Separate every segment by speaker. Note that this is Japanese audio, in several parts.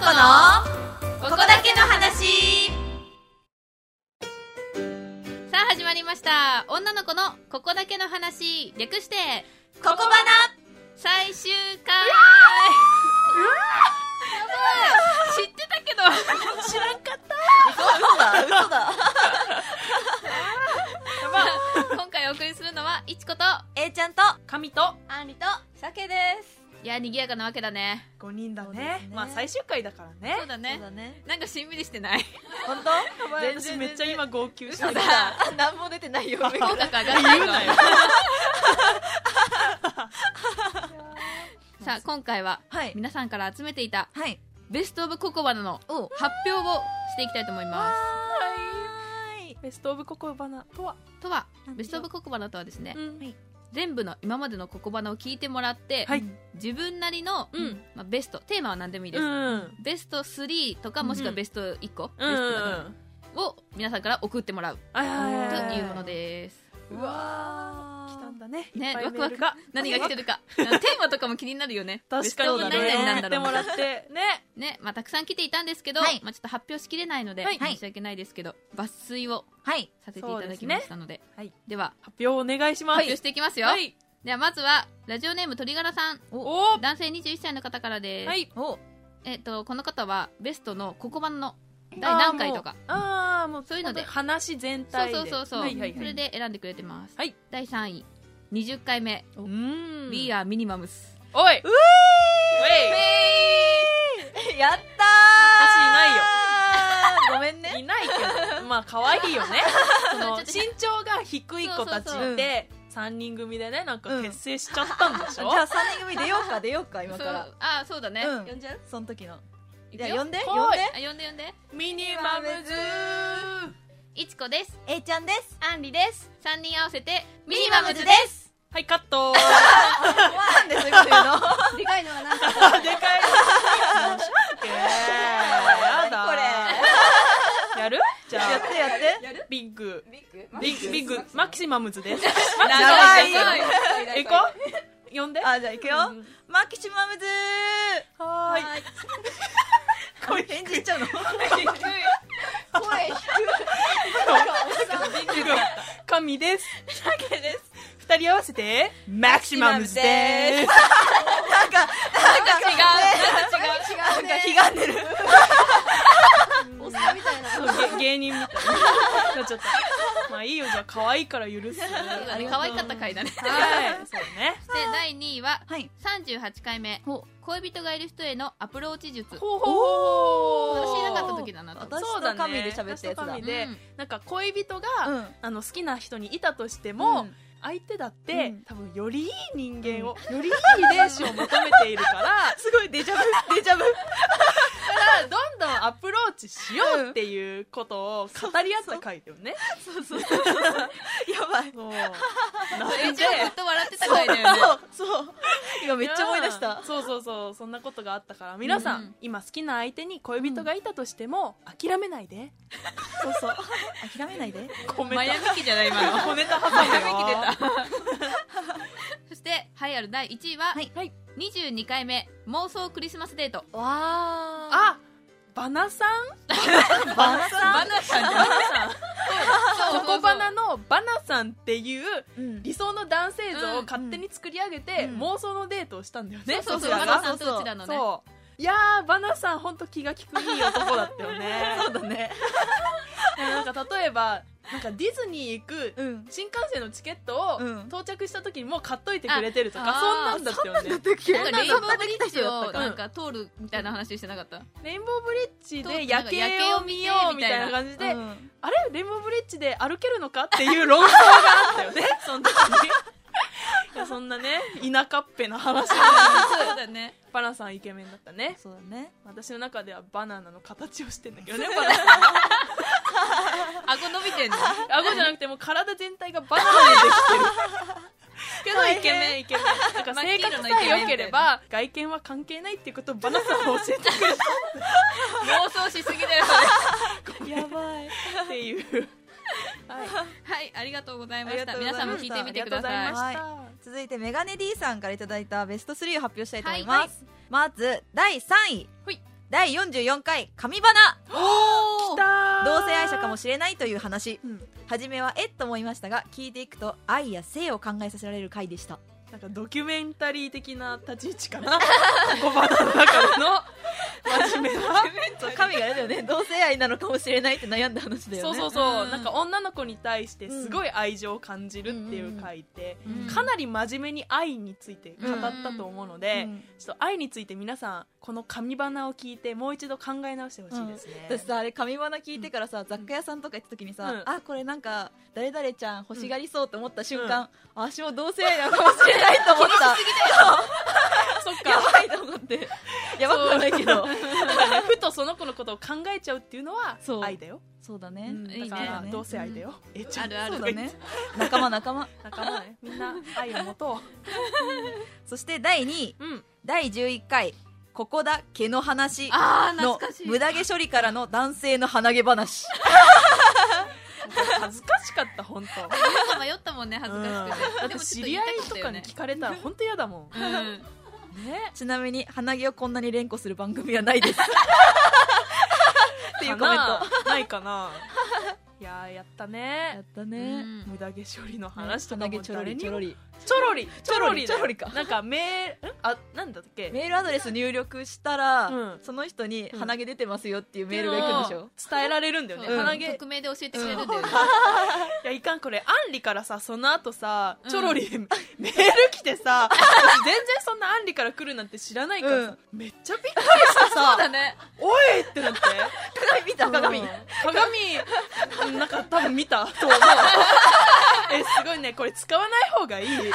Speaker 1: ここだけの話
Speaker 2: さあ始まりました女の子のここだけの話略して
Speaker 1: ここばな
Speaker 2: 最終回知ってたけど
Speaker 1: 知らんかった嘘だ嘘だ
Speaker 2: 今回お送りするのはいちこと
Speaker 1: A ちゃんと
Speaker 3: 神と
Speaker 1: あんりとさけです
Speaker 2: いや賑やかなわけだね
Speaker 3: 5人だね
Speaker 1: そうだよね
Speaker 3: まあ最終回だからね
Speaker 2: そうだ
Speaker 1: そう
Speaker 2: ね
Speaker 1: だね
Speaker 2: なんかしんみりしてない
Speaker 1: 本当
Speaker 3: 全然めっちゃ今号泣して
Speaker 2: 嘘
Speaker 3: る
Speaker 2: だ
Speaker 1: 何も出てないよ上
Speaker 2: 口
Speaker 1: か
Speaker 2: 角上
Speaker 1: ら
Speaker 2: がって
Speaker 3: 言うなよ
Speaker 2: さあ今回は
Speaker 1: はい
Speaker 2: 皆さんから集めていた
Speaker 1: はい
Speaker 2: ベストオブココバナの
Speaker 1: おは
Speaker 2: 発表をしていきたいと思います
Speaker 1: ーい
Speaker 3: ベストオブココバナとは
Speaker 2: とは
Speaker 1: なんで
Speaker 2: ベ
Speaker 1: し
Speaker 2: ス
Speaker 1: ょ
Speaker 2: トオ
Speaker 1: う
Speaker 2: ブココバナとはですね、
Speaker 3: うん
Speaker 1: はい
Speaker 2: 全部の今までのココバナを聞いてもらって、
Speaker 3: はい
Speaker 2: 自分なりの、
Speaker 3: うん
Speaker 2: まあ、ベストテーマは何でもいいです、
Speaker 3: うん
Speaker 2: ベスト3とかもしくは
Speaker 3: うん
Speaker 2: ベスト1個、ベ
Speaker 3: うん
Speaker 2: ストだかなを皆さんから送ってもらう
Speaker 3: はい
Speaker 2: と
Speaker 3: はいはい
Speaker 2: いうものです、
Speaker 3: う
Speaker 1: わ
Speaker 3: 来たん
Speaker 1: だ
Speaker 3: だね
Speaker 2: ね
Speaker 3: いっぱい
Speaker 2: ワクワク
Speaker 3: メールが
Speaker 2: 何が来てるか テーマとかも気になるよね
Speaker 3: 確かに
Speaker 2: ベスト
Speaker 3: ね
Speaker 2: 何々なんだ
Speaker 3: 送
Speaker 2: ろ
Speaker 3: って
Speaker 2: う
Speaker 3: もら
Speaker 2: な
Speaker 3: ってね
Speaker 2: ね、まあ、たくさん来ていたんですけど、
Speaker 1: はい
Speaker 2: まあ、ちょっと発表しきれないので、
Speaker 3: はい
Speaker 2: 申し訳ないですけど抜粋を
Speaker 1: はい
Speaker 2: させていただきましたので
Speaker 3: すねはい
Speaker 2: では
Speaker 3: 発表お願いしま
Speaker 2: 発
Speaker 3: す
Speaker 2: 表していきますよ、
Speaker 3: はい
Speaker 2: ではまずはラジオネーム鳥柄さん
Speaker 3: おお
Speaker 2: 男性21歳の方からです、
Speaker 3: はい
Speaker 1: お
Speaker 2: えっとこの方はベストのここ版の第何回とか
Speaker 3: あーもうあーもう
Speaker 2: そういうので
Speaker 3: 本当に話全
Speaker 2: そう
Speaker 3: 体で
Speaker 2: そうそうそう、
Speaker 3: はいはい
Speaker 2: そ
Speaker 3: は
Speaker 2: れ
Speaker 3: い
Speaker 2: で選んでくれてます、
Speaker 3: はい
Speaker 2: 第3位20回目「
Speaker 3: うん
Speaker 2: We are Minimums
Speaker 3: おいう
Speaker 1: やったー私いないよごめん
Speaker 3: い
Speaker 1: ね
Speaker 3: ないけどまあ可愛いよねその
Speaker 2: ちょ っと
Speaker 3: 身長が低い子たち
Speaker 2: そうそう
Speaker 1: そう
Speaker 3: で3人組でねなんか
Speaker 1: うん
Speaker 3: 結成しちゃったんでし
Speaker 1: じ
Speaker 3: ょ、
Speaker 1: ゃあ三人組出ようか出ようか」今
Speaker 2: そ
Speaker 1: から
Speaker 2: うあそうだね、
Speaker 1: うん
Speaker 2: 呼んじゃう
Speaker 1: その時の
Speaker 2: い
Speaker 1: じゃ
Speaker 2: く
Speaker 1: あ
Speaker 2: よ
Speaker 1: 呼んで
Speaker 3: 来い
Speaker 1: 呼
Speaker 2: あ呼
Speaker 1: んで
Speaker 2: んで呼んで
Speaker 3: ミニマムズ
Speaker 2: いちこです
Speaker 1: A ちゃんです
Speaker 2: あんりです3人合わせてミニマムズです
Speaker 3: はいカット
Speaker 1: なんでそういうこと言うの
Speaker 2: でかいのはなんか
Speaker 3: でかいのえー やだやるじゃ
Speaker 1: やってやって
Speaker 3: あビッグ
Speaker 1: ビ
Speaker 3: ビッグビッグマキシマムズです
Speaker 1: 長い
Speaker 2: 長い
Speaker 3: えこ呼んで
Speaker 1: あじゃあいくよ、
Speaker 3: うん
Speaker 1: マキシマムズ
Speaker 3: はーい
Speaker 1: これ返事しちゃうの
Speaker 3: ビッグ神です二人合わせてマキシマムズです
Speaker 1: なんか
Speaker 2: 違うなんか違う
Speaker 1: なんかひがんでる
Speaker 3: そうげ 芸人みたいになっちゃったまあいいよじゃあ可愛いから許す
Speaker 2: そうだね可愛かった回だね で
Speaker 3: はいそうね
Speaker 2: 第2位は
Speaker 1: はい
Speaker 2: 38回目恋人がいる人へのアプローチ術こ
Speaker 3: ほうほうほ
Speaker 2: れ知
Speaker 3: う
Speaker 2: らなかった時だなと
Speaker 1: 私と神で喋ったやつだ
Speaker 3: そうね私と神
Speaker 2: う
Speaker 3: で
Speaker 2: ん
Speaker 3: なんか恋人が、
Speaker 1: うん
Speaker 3: あの好きな人にいたとしても、
Speaker 1: うん
Speaker 3: 相手だって、
Speaker 1: うん
Speaker 3: 多分よりいい人間を、よりいい遺伝子を求めているから
Speaker 1: すごいデジャブデジャブ
Speaker 3: からどんどんアプローチしようっていうことを語り合った回だよね。
Speaker 1: やばい
Speaker 3: そうな
Speaker 2: え
Speaker 3: ん
Speaker 2: ち
Speaker 3: で
Speaker 2: ょっと笑ってた回だよね
Speaker 1: そうそう今めっちゃ思い出し
Speaker 3: や
Speaker 1: た
Speaker 3: ーそうそうそうそんなことがあったから皆さん、
Speaker 2: うん
Speaker 3: 今好きな相手に恋人がいたとしても、諦めないで
Speaker 1: そうそう諦めないで
Speaker 3: コ
Speaker 2: マ
Speaker 3: メ
Speaker 2: ヤ
Speaker 3: ン
Speaker 2: ミ キじゃない今
Speaker 3: ト
Speaker 2: の
Speaker 3: コメント挟んでよ
Speaker 2: そして栄えある第1位は、
Speaker 1: はい
Speaker 3: はい
Speaker 2: 22回目妄想クリスマスデート
Speaker 1: わあ
Speaker 3: あバナさん
Speaker 1: バナさん
Speaker 2: バナさんじ
Speaker 3: バ
Speaker 2: ゃ
Speaker 3: ナ
Speaker 2: ん
Speaker 3: さん
Speaker 2: そうそうそう
Speaker 3: ココバナのバナさんっていう
Speaker 1: うん
Speaker 3: 理想の男性像
Speaker 2: う
Speaker 3: を
Speaker 2: ん
Speaker 3: 勝手に作り上げて、
Speaker 1: うん
Speaker 3: 妄想のデートをしたんだよね、
Speaker 2: そうそう
Speaker 3: こ
Speaker 2: バ
Speaker 3: ちら
Speaker 2: ナ
Speaker 3: が
Speaker 2: さんとうちらのね
Speaker 3: そういやーバナさん本当気が利くいい男だったよねそうだねなんか例 えばなんかディズニー行く
Speaker 1: うん
Speaker 3: 新幹線のチケットを
Speaker 1: うん
Speaker 3: 到着した時にもう買っといてくれてるとか、
Speaker 2: あ
Speaker 3: そんなんだったよね
Speaker 2: なんかレインボーブリッジを
Speaker 3: から
Speaker 2: なんか通るみたいな話してなかった、
Speaker 3: レインボーブリッジ
Speaker 2: そう
Speaker 3: で夜
Speaker 2: なん
Speaker 3: 景
Speaker 2: か夜景を
Speaker 3: を
Speaker 2: 見て
Speaker 3: 見ようみたいな感じで、
Speaker 1: うん
Speaker 3: あれレインボーブリッジで歩けるのかっていう論争があったよねその時 にいやそんなね田舎っぺな話 を
Speaker 2: そうだね
Speaker 3: バナさんイケメンだったね
Speaker 1: そうだね
Speaker 3: 私の中ではバナナの形をしてんだけど ねバナナ
Speaker 2: 顎伸びてんの
Speaker 3: 顎じゃなくてもう体全体がバナナ
Speaker 1: 大
Speaker 3: にできてるけどイケメンイケメンなんか性格さえ良ければ外見は関係ないっていうことをバナさんは教えてくれ
Speaker 2: 妄想しすぎだよ
Speaker 1: やばい
Speaker 3: たって いう
Speaker 2: はいありがとうございま
Speaker 1: あ
Speaker 2: し
Speaker 1: りが
Speaker 2: た
Speaker 1: とうござ
Speaker 2: 皆さん
Speaker 1: いました
Speaker 2: も聞いてみてくだ
Speaker 3: あ
Speaker 2: さ
Speaker 3: り
Speaker 2: い
Speaker 3: がとうござい
Speaker 1: は
Speaker 3: まし
Speaker 1: 続いてメガネ D さんからいただいたベスト3を発表したいと思い
Speaker 2: は
Speaker 1: ま
Speaker 2: い
Speaker 1: す、まず第3位
Speaker 2: ほい
Speaker 1: 第44回神花
Speaker 3: 来た
Speaker 1: 同性愛者かも
Speaker 3: し
Speaker 1: しれないという話
Speaker 3: れない、
Speaker 1: 初めはえっと思いましたが聞いていくと愛や性を考えさせられる回でした
Speaker 3: なんかドキュメンタリー的な立ち位置か なここバナの中の真面目な
Speaker 1: 神があれだよね同性愛なのかもしれないって悩んだ話だよね
Speaker 3: そうそううそう、
Speaker 4: うん
Speaker 3: なんか女の子に対してすごい愛情を感じるっていう回で、
Speaker 4: うん
Speaker 3: かなり真面目に愛について語ったと思うので、
Speaker 1: ん
Speaker 3: ちょっと愛について皆さんこの神花を聞いてもう一度考え直してほしいですね、
Speaker 1: 私さあれ神花聞いてからさ、雑貨屋さんとか行った時にさ、
Speaker 3: うん
Speaker 1: あこれなんか誰々ちゃん欲しがりそうと思った瞬間、あ私も同性愛なのかもしれないと思った
Speaker 3: そっ
Speaker 1: や
Speaker 3: か
Speaker 1: ばいと思ってやばくはない けど
Speaker 3: ふとその子のことを考えちゃうっていうのは
Speaker 1: そう
Speaker 3: 愛だよ
Speaker 1: そうだね、
Speaker 2: んいいね
Speaker 3: だから
Speaker 1: ね
Speaker 3: 同性愛だよ、えちゃん
Speaker 2: あるある
Speaker 1: そうだ ね仲間仲間
Speaker 3: 仲間ねみんな愛を持と
Speaker 1: そして第2位
Speaker 3: ううん
Speaker 1: 第11回「ここだ毛の話」
Speaker 2: あー
Speaker 1: の
Speaker 2: 懐かしい
Speaker 1: 無駄毛処理からの男性の鼻毛話
Speaker 3: 恥ずかしかった本当
Speaker 2: 迷ったもんね恥ず
Speaker 3: うん
Speaker 2: かしくてで
Speaker 3: だって
Speaker 2: もち
Speaker 3: 知
Speaker 2: ょっと言
Speaker 3: り
Speaker 2: い
Speaker 3: 合い
Speaker 2: たっ
Speaker 3: と
Speaker 2: た
Speaker 3: か
Speaker 2: よ
Speaker 3: に
Speaker 2: ね
Speaker 3: 聞かれたら本当嫌だもん
Speaker 2: うん
Speaker 3: ね
Speaker 1: ちなみに鼻毛をこんなに連呼する番組はないですっていうコメント
Speaker 3: かなないかな いやーやった
Speaker 1: や
Speaker 3: ね
Speaker 1: った
Speaker 2: う
Speaker 1: ね、
Speaker 2: ん
Speaker 3: 無駄毛処理の話
Speaker 1: 話
Speaker 3: と
Speaker 1: と
Speaker 3: か
Speaker 1: か
Speaker 3: も
Speaker 1: も
Speaker 3: 誰に
Speaker 1: ちょ
Speaker 3: も
Speaker 1: ろり
Speaker 3: ちょろり
Speaker 1: ちょろり
Speaker 3: ちょろり
Speaker 1: ちょろりか
Speaker 3: なんかメールんあなんだっけ
Speaker 1: メールアドレス入力したら、
Speaker 3: うん
Speaker 1: その人に
Speaker 3: うん
Speaker 1: 鼻毛出てますよっていうメールが行くんでしょ、
Speaker 3: 伝えられるんだよね
Speaker 2: そう
Speaker 3: 鼻毛い
Speaker 2: 匿名で教えてくれるんだよね
Speaker 3: やいかんこれアンリからさその後さ
Speaker 2: うん
Speaker 3: ちょろりメール来てさ私全然そんなアンリから来るなんて知らないからさめっちゃびっくりして
Speaker 2: そう
Speaker 3: さ
Speaker 2: だね
Speaker 3: 「おい!」ってなって
Speaker 1: 鏡見た鏡、
Speaker 3: うん鏡うんなんか多分見たと思うえすごいねこれ使わない方がいい、もうね、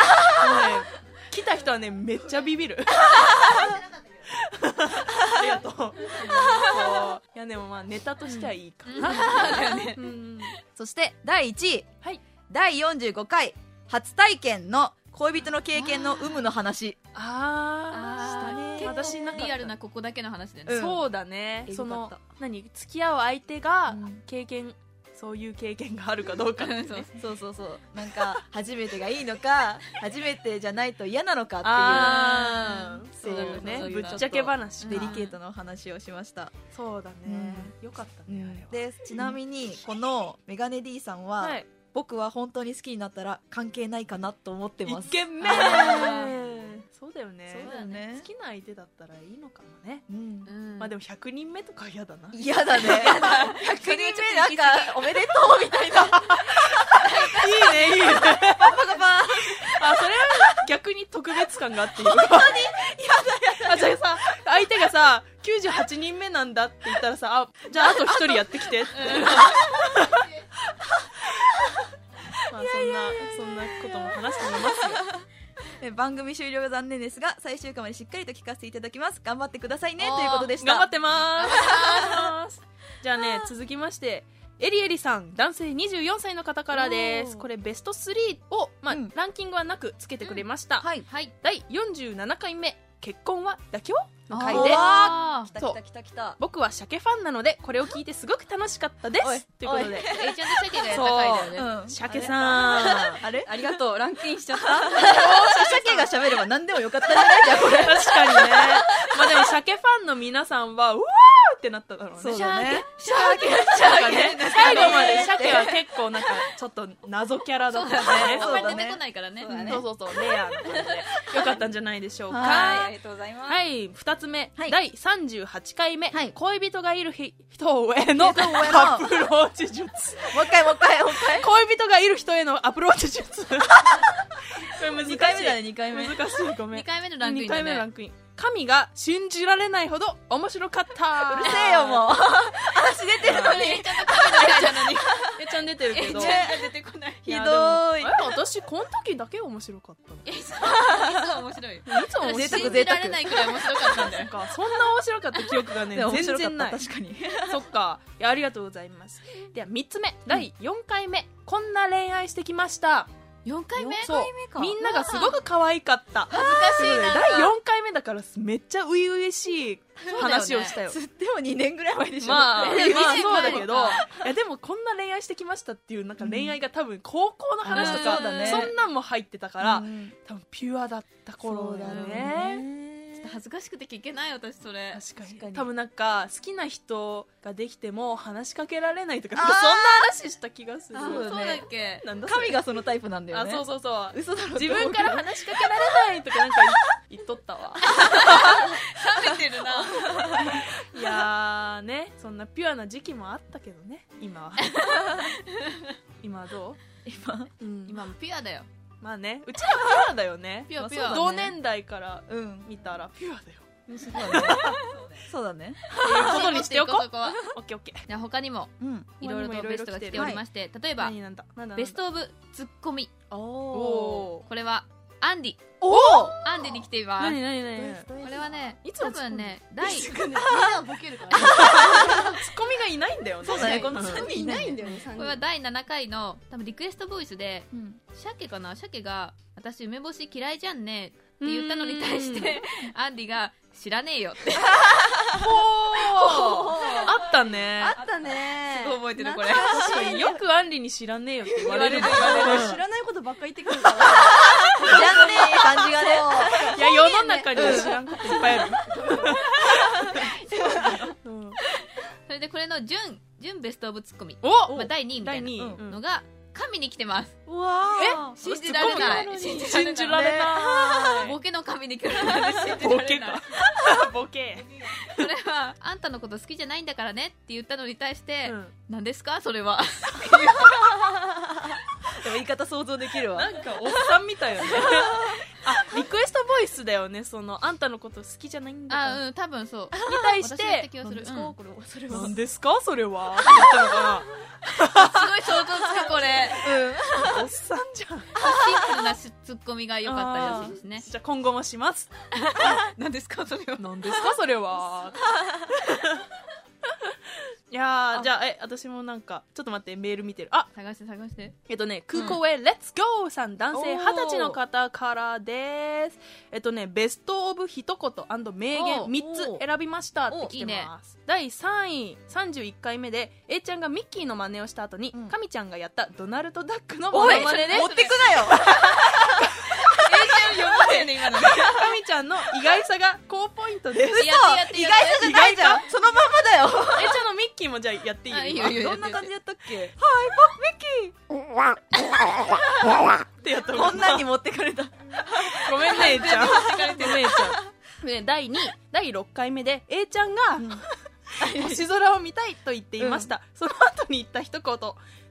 Speaker 3: 来た人はねめっちゃビビるありがとうこういやでもまあネタとしてはいいかな、うん
Speaker 1: そして第1位、
Speaker 3: はい
Speaker 1: 第45回初体験の恋人の経験の有無の話
Speaker 3: あ
Speaker 2: あー
Speaker 3: ーしたね
Speaker 2: 結
Speaker 3: 私なん
Speaker 2: 構
Speaker 3: か
Speaker 2: リアルなここだけの話だよね
Speaker 1: うん
Speaker 3: そうだね
Speaker 1: えぐか
Speaker 3: そ
Speaker 1: った
Speaker 3: の何付き合う相手が
Speaker 1: うん
Speaker 3: 経験、そういう経験があるかどうかっていうね
Speaker 2: そう
Speaker 1: そうそうそう なんか初めてがいいのか初めてじゃないと嫌なのかっ
Speaker 3: ああ
Speaker 1: て
Speaker 3: そ
Speaker 1: いうう
Speaker 3: だね
Speaker 1: そういう
Speaker 3: ぶっちゃけ話
Speaker 1: て
Speaker 2: ん
Speaker 1: い
Speaker 2: う
Speaker 1: うデ
Speaker 2: ん
Speaker 1: リケートなお話をしました、
Speaker 3: そうだね、よかったね、あれは
Speaker 1: でちなみにこのメガネ D さんは、
Speaker 3: はい
Speaker 1: 僕は本当に好きになったら関係ないかなと思ってます
Speaker 3: 一軒目
Speaker 2: あ
Speaker 3: そうだよね
Speaker 1: そうだよね
Speaker 3: 好きな相手だったらいいのかもね、
Speaker 1: うん
Speaker 2: うん
Speaker 3: まあでも100人目とかは嫌だな
Speaker 1: 嫌だね。100人目なんか、おめでとうみたいな。
Speaker 3: いいねいいね
Speaker 1: パパがパー
Speaker 3: あそれは逆に特別感があっていい本当に嫌だ嫌だあじゃあさ相手がさ98人目なんだって言ったらさあじゃああと1人やってきてってまあそんなそんなことも話してみます
Speaker 1: え番組終了が残念ですが、最終回までしっかりと聞かせていただきます。頑張ってくださいね、
Speaker 2: おー
Speaker 1: ということでした。
Speaker 3: 頑張ってまーすじゃあね続きましてエリエリさん男性24歳の方からです
Speaker 1: おー
Speaker 3: これベスト3を、まあ
Speaker 1: うん
Speaker 3: ランキングはなくつけてくれました、
Speaker 1: はい。
Speaker 2: はい
Speaker 3: 第47回目「結婚は妥協?」の回
Speaker 1: あー
Speaker 3: で
Speaker 2: あ
Speaker 1: 来た
Speaker 3: そ
Speaker 1: 来た
Speaker 3: う
Speaker 1: 来た来た。
Speaker 3: 僕は鮭ファンなのでこれを聞いてすごく楽しかったで
Speaker 1: おい
Speaker 3: すということで
Speaker 2: ー A ちゃんと鮭がやった回だよね
Speaker 1: うん
Speaker 3: 鮭さん
Speaker 1: あれありが とう。ランクインしちゃった。鮭が喋れば何でもよかったんじゃないじゃあこれ。
Speaker 3: 確かにねまあでも鮭ファンの皆さんはうわーってなっただろうね
Speaker 1: そうだね。
Speaker 3: なんかね 最後まで鮭は結構なんかちょっと謎キャラだったよ
Speaker 2: あ
Speaker 3: ね
Speaker 2: ん
Speaker 1: そうだね
Speaker 2: まり出てこないからね
Speaker 1: そうだね
Speaker 3: そうそうそう、レアな感じで。よかったんじゃないでしょうか。
Speaker 1: は
Speaker 3: は
Speaker 1: あ
Speaker 3: い。
Speaker 4: りがとうございま
Speaker 3: 二つ目、
Speaker 1: はい
Speaker 3: 第38回目、
Speaker 1: はい
Speaker 3: 恋人がいるひ人へのア
Speaker 1: 人への
Speaker 3: プローチ術。
Speaker 1: もう一回もう一回もう一回。
Speaker 3: 恋人がいる人へのアプローチ術。 これ難しい。
Speaker 1: 2回目だね、2回目。
Speaker 3: 難しい、ごめ
Speaker 2: 2
Speaker 3: ん。
Speaker 2: 回目のランクイン
Speaker 3: 二
Speaker 2: だ
Speaker 3: 回目のラ
Speaker 2: ね
Speaker 3: ンクイン。神が信じられないほど面白かった。
Speaker 1: う るせえよ、もう。話出てるのに。
Speaker 2: A ちゃんと神の回なのに
Speaker 3: えちゃん出てるけど。
Speaker 1: え
Speaker 2: 出てこない
Speaker 1: ひど
Speaker 3: え
Speaker 1: い。
Speaker 3: 私、この時だけ面白かったの。
Speaker 2: えそう面白い
Speaker 3: いつも面白い
Speaker 1: 贅沢
Speaker 2: 信じられないくらい面白かったんだ
Speaker 3: なん
Speaker 2: よ
Speaker 3: か、そんな面白かった記憶がね、
Speaker 1: でも面
Speaker 3: 全
Speaker 1: 白かった
Speaker 3: 然 ない。
Speaker 1: 確かに。
Speaker 3: そっかいやありがとうございますでは3つ目第4回目、こんな恋愛してきました
Speaker 2: 4回目
Speaker 3: そうみんながすごく可愛かった
Speaker 2: 恥ずかしいな
Speaker 3: 第4回目だからめっちゃ初々しい話をしたよ
Speaker 1: つっても2年ぐらい前でしょ。
Speaker 3: まあ、まあ
Speaker 2: だって
Speaker 3: そうだけど
Speaker 2: 20
Speaker 3: いやでもこんな恋愛してきましたっていうなんか恋愛が多分高校の話と
Speaker 2: う
Speaker 3: か
Speaker 2: んそうだね
Speaker 3: そんなんも入ってたから
Speaker 1: うん
Speaker 3: 多分ピュアだった頃だ
Speaker 1: そうだろう
Speaker 3: ね
Speaker 1: ね
Speaker 2: ょっと恥ずかしくて聞けない私それ
Speaker 3: 確かに
Speaker 1: 確かに
Speaker 3: 多分なんか好きな人ができても話しかけられないとかそ
Speaker 1: あ
Speaker 3: ん
Speaker 1: ー
Speaker 3: な話した気がする
Speaker 2: あそう
Speaker 1: そうだね
Speaker 2: だっけ
Speaker 3: なんだそれ
Speaker 1: 神がそのタイプなんだよ
Speaker 3: あ
Speaker 1: ね
Speaker 3: そうそうそう
Speaker 1: 嘘だろ
Speaker 3: 自分から話しかけられないとかなんか言っとったわ
Speaker 2: 冷めてるない
Speaker 3: やーねそんなピュアな時期もあったけどね今は 今はど
Speaker 1: 今
Speaker 3: う、今
Speaker 2: 今もピュアだよ
Speaker 3: まあねうちらピュアだよね
Speaker 2: ピュア
Speaker 3: まあ
Speaker 2: ピュア
Speaker 3: そう同年代から
Speaker 1: うん
Speaker 3: 見たらピュアだよ
Speaker 1: そうだねそうだね
Speaker 3: いうことにしておこう
Speaker 2: そういうことにしておこう
Speaker 3: オッケーオッケー
Speaker 2: じゃあ他にも
Speaker 1: うん
Speaker 2: いろいろとベストが来ておりまして例えば
Speaker 3: 何なんだなんだ
Speaker 2: ベストオブツッコミ
Speaker 1: お
Speaker 3: お
Speaker 2: これはアンディ
Speaker 3: おお
Speaker 2: アンディに来ています
Speaker 3: 何何何
Speaker 1: ー
Speaker 2: これはね
Speaker 3: いつ
Speaker 2: 多
Speaker 3: もツッコミ
Speaker 2: 分ね第
Speaker 5: みんなボケるからね
Speaker 3: ツッコミがいないんだよね
Speaker 1: そうだねこの
Speaker 3: ん
Speaker 1: 3人
Speaker 5: いないん
Speaker 1: だ
Speaker 5: だよね3人
Speaker 2: これは第7回の多分リクエストボイスで
Speaker 1: うん
Speaker 2: 鮭かな鮭が「私梅干し嫌いじゃんね」って言ったのに対してアンディが「知らねえよ」って
Speaker 3: おーあったね
Speaker 5: あったね
Speaker 2: 覚えてるこれ
Speaker 3: 確かによくアンリに知らねえよって言われる
Speaker 5: 言われる知らないことばっかり言ってくるから
Speaker 1: じゃんねえ感じがね
Speaker 3: いや世の中には知らんこといっぱいあるうん
Speaker 2: それでこれの準準ベストオブツッコミ、
Speaker 3: お
Speaker 2: まあ、第2位みた
Speaker 3: 第
Speaker 2: い
Speaker 3: 2位
Speaker 2: な
Speaker 3: うん
Speaker 2: のが神に来てます
Speaker 1: うわ
Speaker 2: 信じられない信じられない
Speaker 3: 信じられない
Speaker 2: ボケの神に来るなんて信じ
Speaker 3: ボ
Speaker 2: られ
Speaker 3: ケ
Speaker 2: ない
Speaker 3: かボケ
Speaker 2: それはあんたのこと好きじゃないんだからねって言ったのに対して、
Speaker 3: うん
Speaker 2: 何ですかそれは
Speaker 1: えでも言い方想像できるわ
Speaker 3: なんかおっさんみたいよねあリクエストボイスだよねそのあんたのこと好きじゃないんだから
Speaker 2: あうん多分そう
Speaker 3: に対し
Speaker 2: 私だった
Speaker 3: て
Speaker 2: 気がする、うん、す
Speaker 5: こ
Speaker 2: ご
Speaker 5: うこれそ
Speaker 3: 「
Speaker 5: れ
Speaker 3: な
Speaker 5: は
Speaker 3: んですかそれ は」って言ったのか
Speaker 2: い想像つくこれ
Speaker 3: なおっさんじゃん
Speaker 2: シンプルなツッコミが良かったらしいですね
Speaker 3: じゃあ今後もします
Speaker 2: 何ですかそれは
Speaker 3: なんです かそれはいやーじゃあえ私もなんかちょっと待ってメール見てるあ
Speaker 2: 探して探して
Speaker 3: えっとね空港へレッツゴーさん男性
Speaker 1: おー
Speaker 3: 二十歳の方からですえっとねベストオブ一言名言
Speaker 2: おー
Speaker 3: 3
Speaker 1: お
Speaker 3: つ
Speaker 1: ー
Speaker 3: 選びましたって
Speaker 2: おー
Speaker 3: 来てます第3位31回目で A ちゃんがミッキーの真似をした後に、
Speaker 1: うん
Speaker 3: かみちゃんがやったドナルド・ダックのモ
Speaker 1: おい
Speaker 3: ノマネです
Speaker 1: 持ってくなよ
Speaker 2: えちゃん読んだよね今のね
Speaker 3: かみちゃんの意外さが高ポイントです
Speaker 2: やってやって
Speaker 1: 意
Speaker 2: や
Speaker 1: 外さじゃないじゃんそのまんまだよ
Speaker 3: えちゃんのミッキーもじゃあやっていい
Speaker 2: あいいよ
Speaker 3: 今
Speaker 2: いいよ
Speaker 1: どんな感じだったっけ
Speaker 3: ってやったもん
Speaker 1: こんなんに持ってかれた
Speaker 3: ごめんね、A ち ゃん。ごめん、A ちゃん。で第2位、第6回目で、A ちゃんが、星空を見たいと言っていました。その後に言った一言。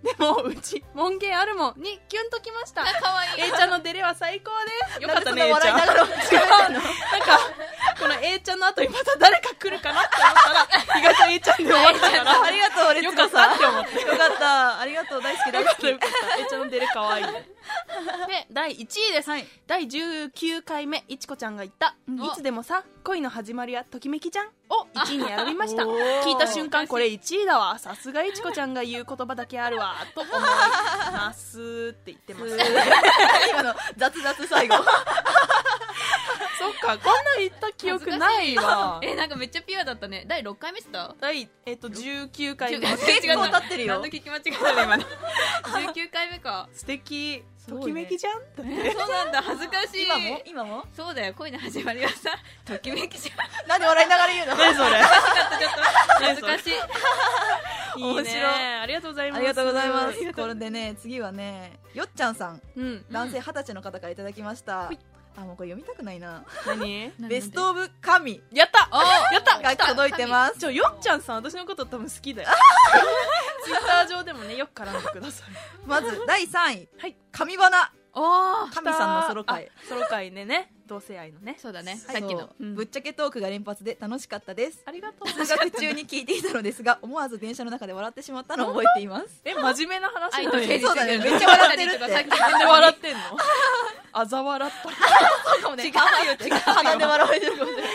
Speaker 3: でも、うち、門限あるもんにキュンとき ました。
Speaker 2: 可愛い
Speaker 3: A ちゃんのデレは最高です。よかったね、A
Speaker 1: なん
Speaker 3: ち
Speaker 1: そん
Speaker 3: ゃん。
Speaker 1: な
Speaker 3: なんか
Speaker 1: 笑いながら
Speaker 3: この A ちゃんの後にまた誰か来るかなって思ったら、意外と A ちゃんで終わったか ら。
Speaker 1: ありがとう俺
Speaker 3: よかったって思って。
Speaker 1: よかったありがとう大好き大好き
Speaker 3: よかった。A ちゃんのデレ可愛い。で、第1位です。
Speaker 1: はい
Speaker 3: 第19回目いちこちゃんが言った「
Speaker 1: うん
Speaker 3: いつでもさ恋の始まりやときめきじゃん」を1位に選びました
Speaker 1: おー
Speaker 3: 聞いた瞬間これ1位だわさすがいちこちゃんが言う言葉だけあるわと思いますって言ってます
Speaker 1: 今の雑雑最後
Speaker 3: そっかこんな言った記憶ないわ
Speaker 2: えなんかめっちゃピュアだったね第6回目っすか
Speaker 3: 第、えっと19回目
Speaker 2: 19
Speaker 1: 結構経ってる
Speaker 2: 何
Speaker 1: よ
Speaker 2: の聞き間違えたの今の19回目か
Speaker 3: 素敵
Speaker 1: すごい
Speaker 3: と
Speaker 1: ね
Speaker 3: きめきじゃんだって
Speaker 2: そうなんだ恥ずかしい
Speaker 1: 今も今も
Speaker 2: そうだよ恋の始まりはさときめきじゃん
Speaker 1: なんで笑いながら言うの
Speaker 3: 何それ
Speaker 2: 恥ずかしい
Speaker 3: いい
Speaker 1: 面
Speaker 3: ね
Speaker 1: 白い
Speaker 3: ありがとうございます
Speaker 1: ありがとうございますこれでね次はねよっちゃんさん
Speaker 3: うん
Speaker 1: 男性二十歳の方からいただきましたあもうこれ読みたくないな
Speaker 3: 何
Speaker 1: ベストオブ神
Speaker 3: やったやった
Speaker 1: が届いてます
Speaker 3: ちょよっちゃんさん私のこと多分好きだよ ツイッター上でもねよく絡んでください
Speaker 1: まず第三位
Speaker 3: はい
Speaker 1: 神花
Speaker 2: おー
Speaker 1: 神さんのソロ会
Speaker 3: あソロ会でね同性愛のね
Speaker 2: そうだね
Speaker 1: は
Speaker 2: さっ
Speaker 1: い
Speaker 2: きの
Speaker 1: そう
Speaker 3: うん
Speaker 1: ぶっちゃけトークが連発で楽しかった です
Speaker 3: ありがとう
Speaker 1: 通学中に聞いていたのですが 思わず電車の中で笑ってしまったのを覚えています
Speaker 3: え真面目な話
Speaker 2: 愛
Speaker 3: な
Speaker 2: と
Speaker 3: のに
Speaker 2: 成
Speaker 3: 全
Speaker 2: 立
Speaker 1: 愛そうだね
Speaker 2: してる
Speaker 1: めっちゃ笑ってるって
Speaker 2: とかさっき
Speaker 3: 然笑ってんの あざ笑 った
Speaker 1: 違うよ違う鼻で笑われてるかもしれない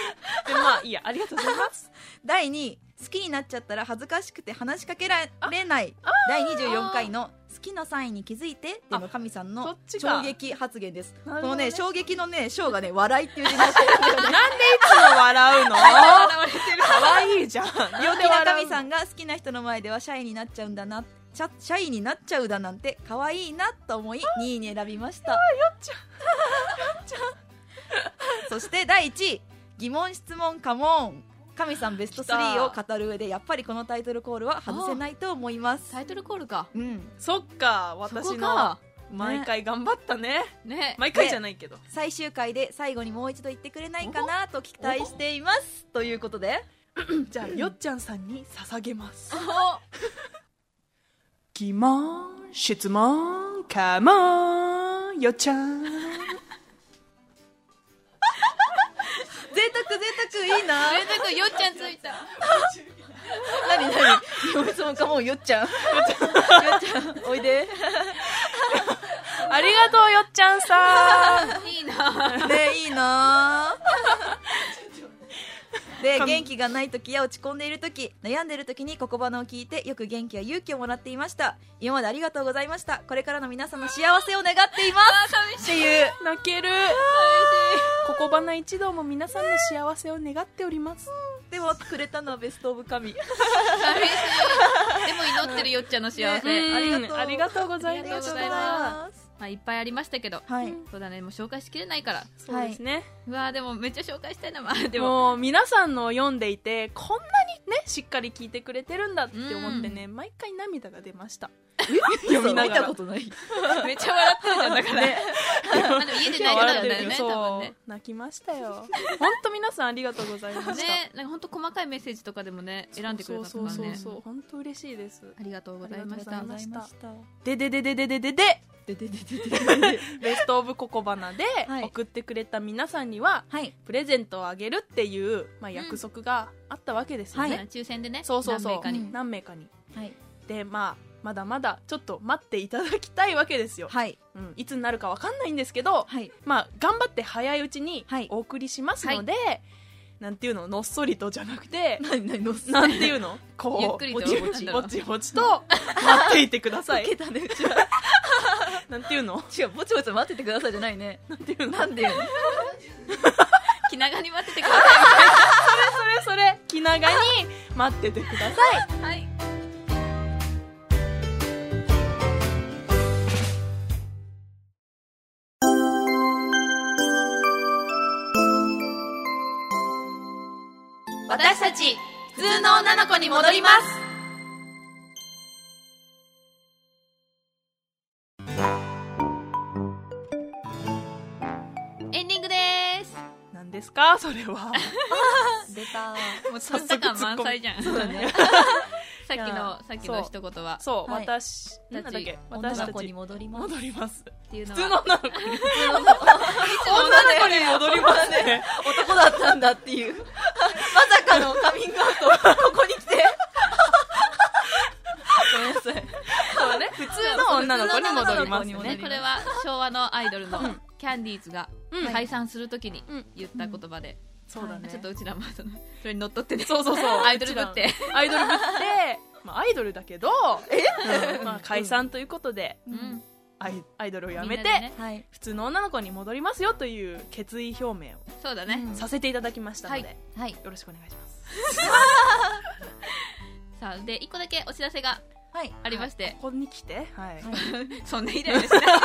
Speaker 3: でまあいいやありがとうございます
Speaker 1: 第2位好きになっちゃったら恥ずかしくて話しかけられない第24回の「好きのサインに気づいて」っていうの神さん
Speaker 3: そ
Speaker 1: の
Speaker 3: っちか
Speaker 1: 衝撃発言です
Speaker 3: な
Speaker 1: この
Speaker 3: るほどね
Speaker 1: ね衝撃のね「章」がね「笑い」っていう字になってる
Speaker 3: なんでいつも笑うの
Speaker 2: 笑われてる
Speaker 3: 可愛いじゃん
Speaker 1: 好き
Speaker 3: 両手
Speaker 1: な
Speaker 3: 笑う
Speaker 1: 神さんが好きな人の前ではシャイになっちゃうんだなシャシャイになっちゃうだなんて可愛いなと思い2位に選びましたよっちゃんそして第1位疑問質問カモン神さんベスト
Speaker 3: 来た
Speaker 1: 3を語る上でやっぱりこのタイトルコールは外せないと思います
Speaker 2: タイトルコールか
Speaker 1: うん
Speaker 3: そっか
Speaker 2: そ
Speaker 3: 私
Speaker 2: こ
Speaker 3: の
Speaker 2: か
Speaker 3: 毎回頑張ったね
Speaker 2: ね
Speaker 3: 毎回じゃないけど
Speaker 1: 最終回で最後にもう一度言ってくれないかなと期待していますということで
Speaker 3: じゃあよっちゃんさんに捧げます疑問質問カモンよっちゃん
Speaker 1: 贅沢贅沢いいな
Speaker 2: あれなんかよっちゃんついた
Speaker 1: 何何嫁つもかもうよっちゃんよっちゃんおいで
Speaker 3: ありがとうよっちゃんさん
Speaker 2: いいな
Speaker 1: ねいいなで
Speaker 3: 神
Speaker 1: 元気がない時や落ち込んでいる時悩んでいる時にここばのを聞いてよく元気や勇気をもらっていました今までありがとうございましたこれからの皆さんの幸せを願っていますっていう
Speaker 3: 泣けるここばな一同も皆さんの幸せを願っております
Speaker 1: でもくれたのはベストオブ神
Speaker 2: 寂しいでも祈ってるよっちゃんの幸せ、
Speaker 1: ね
Speaker 2: ま
Speaker 1: ありがとう
Speaker 3: ありがとうござい
Speaker 2: ありが
Speaker 3: ま
Speaker 2: と
Speaker 3: す
Speaker 2: うござい
Speaker 1: ます
Speaker 2: あ、いっぱいありましたけど、
Speaker 1: はい
Speaker 2: そうだねもう紹介しきれないから
Speaker 3: そうですね、
Speaker 2: うわーでもめっちゃ紹介したいなまあでも
Speaker 3: もう皆さんのを読んでいてこんなにねしっかり聞いてくれてるんだって思ってね、毎回涙が出ま した読みなが
Speaker 1: 嘘見
Speaker 3: ら
Speaker 1: たことない
Speaker 2: めっちゃ笑ってるじゃんだから、あでも家で泣いてたんだよね
Speaker 3: そう
Speaker 2: 多分ね
Speaker 3: 泣きましたよ本当皆さんありがとうございました、
Speaker 2: ねなんか本当細かいメッセージとかでもね選んでくれたと
Speaker 3: そう
Speaker 2: か
Speaker 3: そうそう
Speaker 2: ね
Speaker 3: そう本当嬉しいです
Speaker 2: ありがとうございまし
Speaker 3: あ
Speaker 2: た
Speaker 3: りがとうございましたでででででででで
Speaker 1: ででででで
Speaker 3: ベストオブココバナで
Speaker 1: はい
Speaker 3: 送ってくれた皆さんには
Speaker 1: はい
Speaker 3: プレゼントをあげるっていう、まあ、約束があったわけですよね、
Speaker 1: は
Speaker 2: 抽選でね
Speaker 3: そうそうそう
Speaker 2: 何名かに、
Speaker 1: うん
Speaker 3: 何名かに
Speaker 1: はい
Speaker 3: でまあまだまだちょっと待っていただきたいわけですよ、
Speaker 1: はい
Speaker 3: うん、いつになるかわかんないんですけど、
Speaker 1: はい
Speaker 3: まあ、頑張って早いうちに
Speaker 1: はい
Speaker 3: お送りしますので、なんていうののっそりとじゃな くて
Speaker 1: 何何のす
Speaker 3: なんていうのこう
Speaker 2: ゆっくりと
Speaker 3: ぼちぼち
Speaker 2: なんだろ
Speaker 3: ぼ
Speaker 2: う
Speaker 3: ちぼちと待っていてください
Speaker 1: けたねうちは
Speaker 3: なんていうの
Speaker 1: 違うぼちぼち待っててくださいじゃないね
Speaker 3: なんていうの
Speaker 1: なんでよ
Speaker 2: 気長に待っててくださ
Speaker 3: それそれ気長に待っててください
Speaker 2: いはい私たち普通の女の子に戻りますエンディングです
Speaker 3: 何ですかそれは
Speaker 1: 出た
Speaker 2: もう突っ感満載じゃん。
Speaker 3: そうだね
Speaker 2: さっき
Speaker 3: いや
Speaker 2: の、さっきの一言は。
Speaker 3: そう、
Speaker 1: はい
Speaker 3: 私なんだっけ
Speaker 1: 女
Speaker 3: 私た
Speaker 1: の
Speaker 3: ち
Speaker 1: 子に戻ります
Speaker 3: 戻ります
Speaker 2: っていうの
Speaker 3: 普
Speaker 2: は。
Speaker 3: 通の女の子に
Speaker 1: 女の
Speaker 3: 戻りますね
Speaker 1: 子に男だったんだっていう まさかのカミングアウトここに来てごめんなさい
Speaker 3: そうね普通の女の子に戻り
Speaker 1: 普
Speaker 3: ます
Speaker 1: 通の女の子に戻り
Speaker 2: ね、
Speaker 3: ね
Speaker 2: これは昭和のアイドルのキャンディーズが
Speaker 3: うん
Speaker 2: 解散するときに
Speaker 3: うん
Speaker 2: 言った言葉で、
Speaker 3: そうだね
Speaker 2: ちょっとうちらもそのそれに乗っ取ってね
Speaker 3: そうそうそう
Speaker 2: アイドルぶって
Speaker 3: アイドルぶって、まあ、アイドルだけど、まあ、解散ということで、
Speaker 2: う
Speaker 1: うんん
Speaker 3: アイアイドルをやめ
Speaker 2: みん
Speaker 3: て、
Speaker 2: なでね
Speaker 1: はい
Speaker 3: 普通の女の子に戻りますよという決意表明を
Speaker 2: そうだね、
Speaker 1: うん
Speaker 3: させていただきましたので、
Speaker 2: はい
Speaker 1: はい
Speaker 3: よろしくお願いします
Speaker 2: さあで一個だけお知らせが
Speaker 1: はい
Speaker 2: ありまして、
Speaker 3: ここに来てはい、
Speaker 1: はい
Speaker 2: そんなイライラしない でよ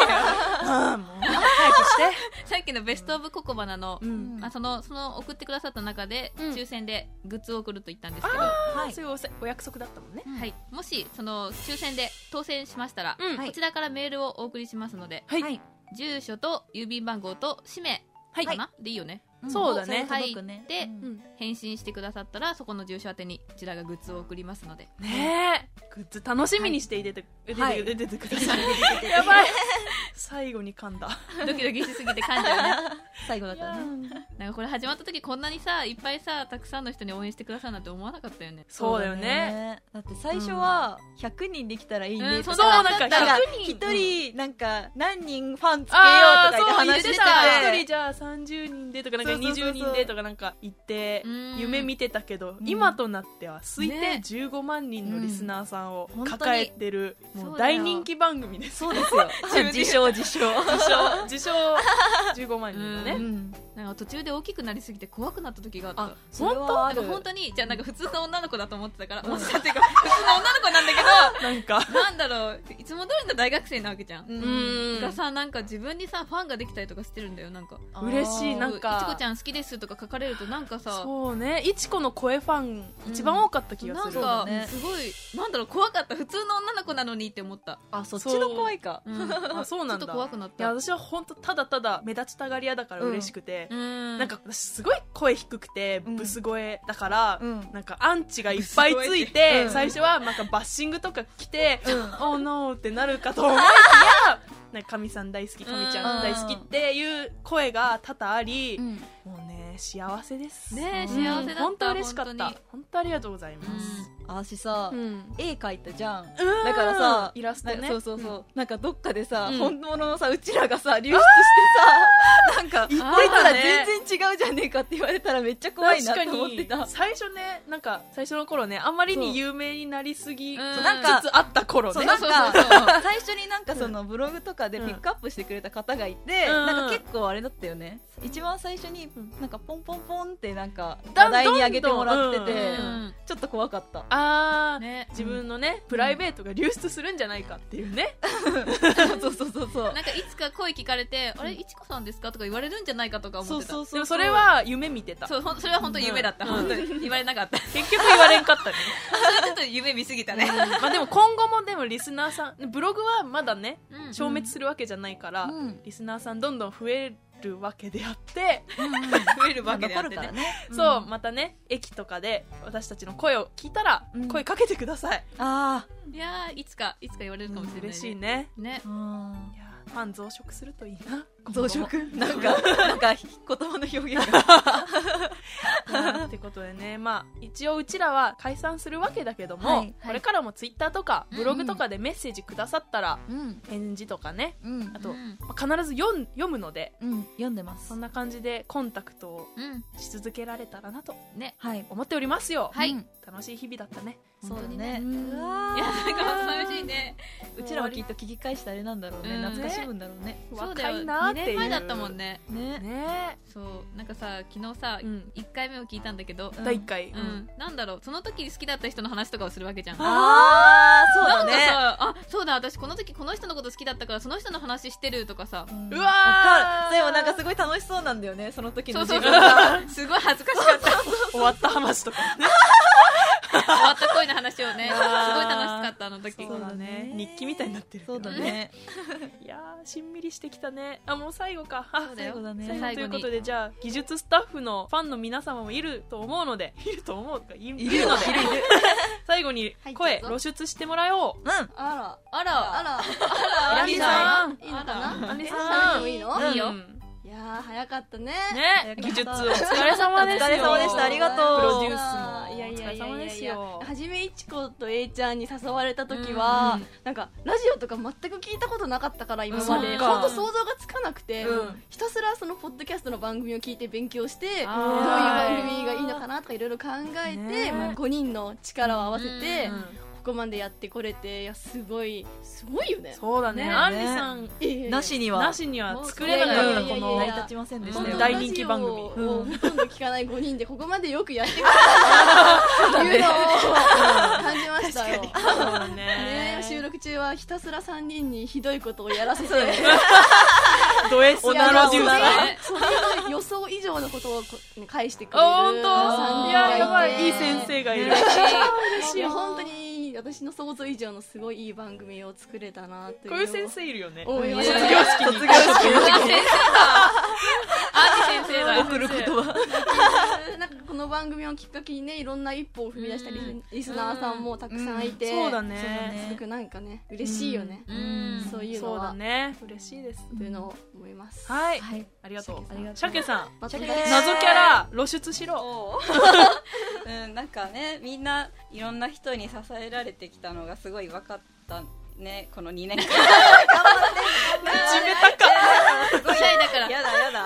Speaker 3: ああもう早くして、
Speaker 2: さっきのベストオブココバナの、
Speaker 3: うん
Speaker 2: まあ、そのその送ってくださった中で、
Speaker 3: うん
Speaker 2: 抽選でグッズを送ると言ったんですけど
Speaker 1: はい
Speaker 3: そういうおせお約束だったもんね
Speaker 2: はい、もしその抽選で当選しましたら、
Speaker 3: うん
Speaker 1: はい
Speaker 2: こちらからメールをお送りしますので
Speaker 3: はい、
Speaker 1: はい
Speaker 2: 住所と郵便番号と氏名
Speaker 3: はい
Speaker 2: かな、でいいよね
Speaker 1: うん
Speaker 3: そうだね
Speaker 1: それ届くね
Speaker 2: で
Speaker 1: うん
Speaker 3: うん
Speaker 2: 返信してくださったらそこの住所宛てにこちらがグッズを送りますの で
Speaker 3: ねえグッズ楽しみにして入れて、
Speaker 1: はい
Speaker 3: 入れて入れてください、やばい 最後に噛んだ
Speaker 2: ドキドキしすぎて感じゃうね
Speaker 1: 最後だったね
Speaker 2: なんかこれ始まった時こんなにさいっぱいさたくさんの人に応援してくださるなんて思わなかったよね
Speaker 3: そうだよね
Speaker 1: そうだねだって最初は100人できたらいいね
Speaker 2: そ
Speaker 1: と
Speaker 2: う
Speaker 1: か
Speaker 3: そう
Speaker 2: だ
Speaker 3: なんか
Speaker 1: なんか
Speaker 3: 100人
Speaker 1: 一人なんか何人ファンつけよう
Speaker 3: あ
Speaker 1: とか
Speaker 3: あ
Speaker 1: 言って
Speaker 3: そ
Speaker 1: 話して
Speaker 3: う
Speaker 1: て
Speaker 3: た一人じゃあ30人でとかなんか
Speaker 1: そうそうそうそ
Speaker 3: 20
Speaker 1: う
Speaker 3: 人でとかなんか言って
Speaker 2: うん
Speaker 3: 夢見てたけど
Speaker 1: うん
Speaker 3: 今となっては推
Speaker 2: ね
Speaker 3: 定15万人のリスナーさんを
Speaker 2: うん
Speaker 3: 抱えてる
Speaker 2: 本当に
Speaker 3: もう大人気番組です
Speaker 1: そうですよ自称
Speaker 4: 自称
Speaker 3: 自称自称15万人のね、
Speaker 2: うん
Speaker 4: ん
Speaker 2: なんか途中で大きくなりすぎて怖くなった時があった
Speaker 3: あ
Speaker 4: それは
Speaker 2: な
Speaker 4: あ
Speaker 2: んか
Speaker 4: る
Speaker 2: 本当にじゃあなんか普通の女の子だと思ってたから、もしかっていうか普通の女の子なんだけ
Speaker 3: なんか
Speaker 2: どなんだろういつも通りの大学生なわけじゃん、
Speaker 4: うん
Speaker 2: がさなんか自分にさファンができたりとかしてるんだよなんか
Speaker 3: 嬉しい
Speaker 2: な
Speaker 3: な
Speaker 2: んんかいち
Speaker 3: か
Speaker 2: こちゃん好きですとか書かれるとなんかさ
Speaker 3: そうねいちこの声ファン一番多かった気が
Speaker 2: なん
Speaker 3: する、
Speaker 2: か、
Speaker 1: ね
Speaker 2: すごいなんだろう怖かった普通の女の子なのにって思った、
Speaker 1: あそっ
Speaker 3: う
Speaker 1: ちの怖いか
Speaker 2: うん、ちょ
Speaker 3: あそうな
Speaker 2: っ
Speaker 3: んだ
Speaker 2: と怖くなっ
Speaker 3: いや
Speaker 2: た
Speaker 3: 私は本当ただただ目立ちたがり屋だから嬉しくて、
Speaker 2: うん
Speaker 3: なんか私すごい声低くて
Speaker 1: ん
Speaker 3: ブス声だから、
Speaker 1: うん
Speaker 3: なんかアンチがいっぱいついて、最初はなんかバッシングとか来て「おーノー」ってなるかと思いきや「なんか神さん大好き神ちゃん大好き」っていう声が多々あり、
Speaker 4: うん
Speaker 3: もうね幸せです
Speaker 2: ねえ
Speaker 3: う
Speaker 2: 幸
Speaker 3: ん
Speaker 2: せだった
Speaker 3: 本当嬉しかった
Speaker 2: 本
Speaker 3: 本
Speaker 2: 当
Speaker 3: 当
Speaker 2: に
Speaker 3: ありがとうございます、
Speaker 1: 私さ
Speaker 3: うん
Speaker 1: 絵描いたじゃん
Speaker 3: うん
Speaker 1: だからさ
Speaker 3: イラスト
Speaker 1: なんか
Speaker 3: ね
Speaker 1: そうそうそう、なんかどっかでさ、
Speaker 3: うん
Speaker 1: 本物のさうちらがさ流出してさなんかこいつ
Speaker 2: ってた
Speaker 1: ら
Speaker 3: ね
Speaker 1: 全然違うじゃねえかって言われたらめっちゃ怖いなって思ってた
Speaker 3: 最初ねなんか最初の頃ねあんまり
Speaker 1: そう
Speaker 3: に有名になりすぎ
Speaker 2: う
Speaker 3: つ
Speaker 2: ん
Speaker 3: つ
Speaker 2: なん
Speaker 1: か
Speaker 3: あった頃
Speaker 1: そう
Speaker 3: ね
Speaker 1: なん
Speaker 2: そう
Speaker 1: か
Speaker 2: そうそう
Speaker 1: 最初になんかそのブログとかでピックアップしてくれた方がいて、
Speaker 3: うん
Speaker 1: なんか結構あれだったよね一番最初になんかポンポンポンってなんか
Speaker 3: だ
Speaker 1: 話
Speaker 3: ん
Speaker 1: 題に上げてもらってて、
Speaker 3: どんどんう
Speaker 1: ちょっと怖かった
Speaker 3: あー、
Speaker 2: ね
Speaker 3: 自分のねプライベートが流出するんじゃないかっていうね、
Speaker 1: そうそうそうそう
Speaker 2: なんかいつか声聞かれて「あれいちこさんですか?」とか言われるんじゃないかとか思
Speaker 1: そ
Speaker 2: っ
Speaker 1: う
Speaker 2: てた
Speaker 1: そうそう
Speaker 3: でもそれは夢見てた
Speaker 2: そうほんそれは本当に夢だった、
Speaker 3: うん
Speaker 2: 本当に言われなかったそ
Speaker 3: 結局言われんかったね
Speaker 2: れちょっと夢見すぎたね、
Speaker 3: まあでも今後もでもリスナーさんブログはまだね
Speaker 2: うん
Speaker 3: 消滅するわけじゃないから、
Speaker 1: うん
Speaker 3: リスナーさんどんどん増えるわけであって、
Speaker 2: 増える
Speaker 1: まあ
Speaker 2: わけであ
Speaker 1: 残
Speaker 2: っ
Speaker 1: る
Speaker 2: て
Speaker 1: から
Speaker 2: ね
Speaker 1: ね
Speaker 3: そうまたね駅とかで私たちの声を聞いたら
Speaker 1: うん
Speaker 3: 声かけてください、
Speaker 1: あ
Speaker 2: いやーいつかいつか言われるかもしれない、ね
Speaker 3: 嬉しいね
Speaker 2: ね
Speaker 1: あうん
Speaker 3: いやーファン増殖するといいな
Speaker 1: 増殖なんかなん か言葉の表現
Speaker 3: うんってことでね、まあ、一応うちらは解散するわけだけども、
Speaker 1: はいはい
Speaker 3: これからもツイッターとか
Speaker 2: うん
Speaker 3: ブログとかでメッセージくださったら
Speaker 1: うん
Speaker 3: 返事とかね
Speaker 1: うん
Speaker 3: あと、
Speaker 2: うん
Speaker 3: まあ必ず読ん読むので
Speaker 1: うん読んでま
Speaker 3: そ
Speaker 1: す
Speaker 3: んな感じでコンタクトを
Speaker 2: うん
Speaker 3: し続けられたらなと
Speaker 2: ね
Speaker 1: はい
Speaker 3: 思っておりますよ、
Speaker 2: はい、
Speaker 1: うん
Speaker 3: 楽しい日々だったね
Speaker 1: そうだ
Speaker 2: 本当に
Speaker 1: ね
Speaker 2: ね
Speaker 1: うわ
Speaker 2: いやなんか寂 しいね
Speaker 1: うちらもきっと聞き返したあれなんだろうね
Speaker 2: うん
Speaker 1: 懐かしむんだろうね
Speaker 2: そう
Speaker 3: 若
Speaker 2: だ
Speaker 3: い
Speaker 2: よ
Speaker 3: な
Speaker 2: 2
Speaker 3: ーっていう
Speaker 2: 年前だったもんね
Speaker 1: ね
Speaker 3: ね
Speaker 2: そうなんかさ昨日さ、
Speaker 3: え、うん、
Speaker 2: 1回目を聞いたんだけど、
Speaker 1: うん
Speaker 3: 第1回、
Speaker 2: うんなんだろうその時好きだった人の話とかをするわけじゃん
Speaker 1: ああそう
Speaker 2: な
Speaker 1: だ
Speaker 2: んか
Speaker 1: ね
Speaker 2: さあそうだ私この時この人のこと好きだったからその人の話してるとかさ
Speaker 1: ん
Speaker 3: う
Speaker 1: わか
Speaker 3: わー
Speaker 1: るでもなんかすごい楽しそうなんだよねその時の
Speaker 2: そう
Speaker 1: 自
Speaker 2: そうそう
Speaker 1: 分が
Speaker 2: すごい恥ずかしかった
Speaker 3: 終わった話とかね
Speaker 2: 終わった恋の話をねすごい楽し
Speaker 3: あー
Speaker 2: かったあの時
Speaker 3: そうだね日記みたいになってるけ
Speaker 1: そ
Speaker 3: ど
Speaker 1: うだね
Speaker 3: いやーしんみりしてきたねあもう最後かあ
Speaker 2: そうだよ
Speaker 1: 最後だね
Speaker 3: 最後
Speaker 2: 最後
Speaker 3: という
Speaker 2: に
Speaker 3: ことでじゃあ技術スタッフのファンの皆様もいると思うのでいると思うかいいるので最後に
Speaker 5: はい
Speaker 3: 声
Speaker 5: ど
Speaker 3: 露
Speaker 5: うぞ
Speaker 3: 出してもらおう
Speaker 1: うん
Speaker 5: あら
Speaker 2: あら
Speaker 5: あら
Speaker 2: あ
Speaker 3: あ
Speaker 2: ら
Speaker 3: み
Speaker 2: あ
Speaker 3: さん
Speaker 5: いいのか
Speaker 2: あ
Speaker 5: な
Speaker 3: あみ
Speaker 5: 喋っ
Speaker 3: さ
Speaker 5: て
Speaker 3: ん
Speaker 5: もいいの
Speaker 2: いいよ
Speaker 3: うん
Speaker 5: いやー早かったね
Speaker 3: ね技術お疲れ様で
Speaker 1: お疲
Speaker 3: すよ
Speaker 1: れ様でしたありがとう
Speaker 3: プロデュースも
Speaker 5: いやいやいや
Speaker 3: お疲れ様
Speaker 5: い
Speaker 3: で
Speaker 5: や
Speaker 3: す
Speaker 5: いや
Speaker 3: よ
Speaker 5: はじめいちことえいちゃんに誘われた時は、
Speaker 2: うん
Speaker 5: なんかラジオとか全く聞いたことなかったから今ま
Speaker 3: う
Speaker 5: で
Speaker 3: ん
Speaker 5: 本当想像がつかなくて、
Speaker 3: うん
Speaker 5: ひたすらそのポッドキャストの番組を聞いて勉強してどういう
Speaker 3: あー
Speaker 5: 番組がいいのかなとかいろいろ考えて、
Speaker 3: ねえ
Speaker 5: まあ、5人の力を合わせて、
Speaker 2: う
Speaker 5: ここまでやってこれていやすごいすごいよね。
Speaker 3: そうだね
Speaker 2: ね
Speaker 3: あみさん
Speaker 5: いやいや
Speaker 1: なしに
Speaker 3: な
Speaker 1: は
Speaker 3: しには作れなかったこ
Speaker 5: いやいやいやいやい
Speaker 3: の
Speaker 5: や
Speaker 1: 成り立ちませんでし
Speaker 5: 本
Speaker 1: た
Speaker 5: 当
Speaker 1: よ
Speaker 3: 大人気番組
Speaker 5: ラジオをほとんど聞かない5人でここまでよくやってきたというのを 感じましたよ。
Speaker 3: そうだ
Speaker 5: ね
Speaker 3: ね
Speaker 5: 収録中はひたすら3人にひどいことをやらせて
Speaker 3: ド S プロ
Speaker 5: いや
Speaker 3: デューサー
Speaker 5: それの予想以上のことをこ返してくれる
Speaker 3: あ本
Speaker 5: 3
Speaker 3: 当い
Speaker 5: 人
Speaker 3: や
Speaker 5: がい
Speaker 3: やばい
Speaker 5: て
Speaker 3: いい先生がいる
Speaker 5: いや本当に私の想像以上のすごいいい番組を作れたなという
Speaker 3: こういう先生いるよね
Speaker 5: 思いま
Speaker 3: 卒
Speaker 5: し
Speaker 3: 業
Speaker 5: た
Speaker 3: 式に卒業式
Speaker 2: う わ先生だあー先生だ
Speaker 1: 送る言葉
Speaker 5: なんかこの番組をきっかけにねいろんな一歩を踏み出したリスリスナーさんもたくさんいて、
Speaker 3: そうだ
Speaker 1: そうだ
Speaker 3: ね
Speaker 5: すごくなんかね嬉しいよね、
Speaker 2: うん
Speaker 5: そういうの
Speaker 3: そうだ
Speaker 5: は
Speaker 3: ね嬉しいです
Speaker 5: というのを思います、
Speaker 3: はい
Speaker 1: はい
Speaker 3: ありがと
Speaker 1: ありがと
Speaker 3: う
Speaker 1: う
Speaker 3: シャケさん
Speaker 5: また
Speaker 1: シャケ
Speaker 5: ね
Speaker 1: です
Speaker 3: 謎キャラ露出しろ
Speaker 6: そううん、なんかねみんないろんな人に支えられてきたのがすごい分かったねこの2年間
Speaker 3: 始めたか
Speaker 6: すごい
Speaker 2: シャイだから
Speaker 6: やだやだ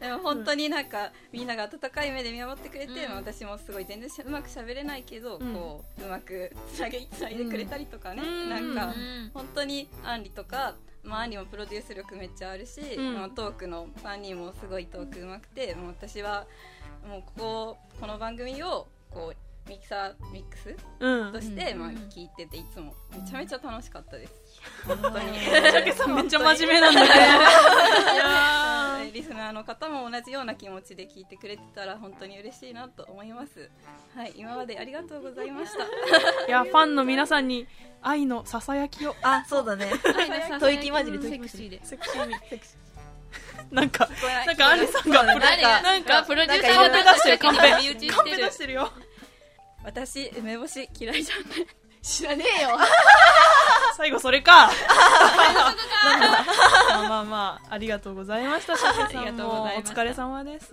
Speaker 6: でも本当になんか、みんなが温かい目で見守ってくれて、
Speaker 2: うん
Speaker 6: 私もすごい全然しうまくしゃべれないけど、
Speaker 3: うん
Speaker 6: こううまくつなげつなげてくれたりとかね、
Speaker 3: うん
Speaker 6: なんか、
Speaker 2: うん
Speaker 6: 本当にアンリとかまあ、アンリもプロデュース力めっちゃあるし、
Speaker 3: うん
Speaker 6: まあトークのアンリもすごいトークうまくてもう私はもうこここの番組をこうミキサーミックス
Speaker 3: うん
Speaker 6: として、
Speaker 2: うん
Speaker 6: まあ
Speaker 2: うん、
Speaker 6: 聞いてていつもめちゃめちゃ楽しかったです本当に
Speaker 3: 竹さんめっちゃ真面目なんだけ
Speaker 6: リスナーの方も同じような気持ちで聞いてくれてたら本当に嬉しいなと思いますはい今までありがとうございました
Speaker 3: どいやファンの皆さんに愛のささやきを
Speaker 1: あそうだね
Speaker 2: 吐
Speaker 1: 吐息混じり吐
Speaker 2: セク
Speaker 1: 息
Speaker 2: シーで
Speaker 3: セクシーに なんか
Speaker 6: ない
Speaker 3: なんかアンリさんがプロ
Speaker 2: 誰が
Speaker 3: なんか
Speaker 2: プロデューサ
Speaker 3: カン
Speaker 2: ー
Speaker 3: ペ
Speaker 2: が
Speaker 3: 出してるカンペ
Speaker 2: 身内
Speaker 3: カ
Speaker 2: し
Speaker 3: ンペ
Speaker 2: て
Speaker 3: 出
Speaker 2: る
Speaker 3: してるよ
Speaker 6: 私梅干し嫌いじゃない
Speaker 5: 知らねえよ
Speaker 3: 最後それかまあまあまあありがとうございましたシャケさんもお疲れ様です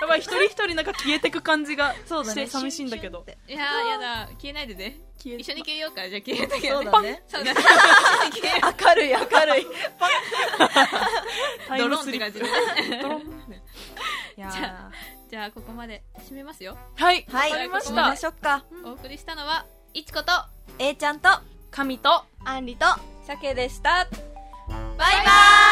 Speaker 3: やばい一人一人なんか消えてく感じがして寂しいんだけど
Speaker 2: いやーやだ消えないでね
Speaker 3: 消え
Speaker 2: 一緒に消えようかじゃあ消えたけど
Speaker 1: そう
Speaker 2: ね
Speaker 1: だね
Speaker 2: そうだね
Speaker 1: 明るい明るい
Speaker 3: タイ
Speaker 2: ド
Speaker 3: ム
Speaker 2: ローンっ
Speaker 3: ス
Speaker 2: て
Speaker 3: リッ
Speaker 2: 感
Speaker 3: プ
Speaker 2: じでね
Speaker 3: ドロンね
Speaker 1: いやー
Speaker 2: じゃじゃあここまで締めますよ
Speaker 3: はい
Speaker 1: はい
Speaker 3: わかりまし
Speaker 1: 行きま
Speaker 3: た
Speaker 1: しょうか
Speaker 2: お送りしたのはいちこと
Speaker 1: えいちゃんと
Speaker 3: 神と
Speaker 5: アンリと
Speaker 6: 鮭でした
Speaker 1: バイバイ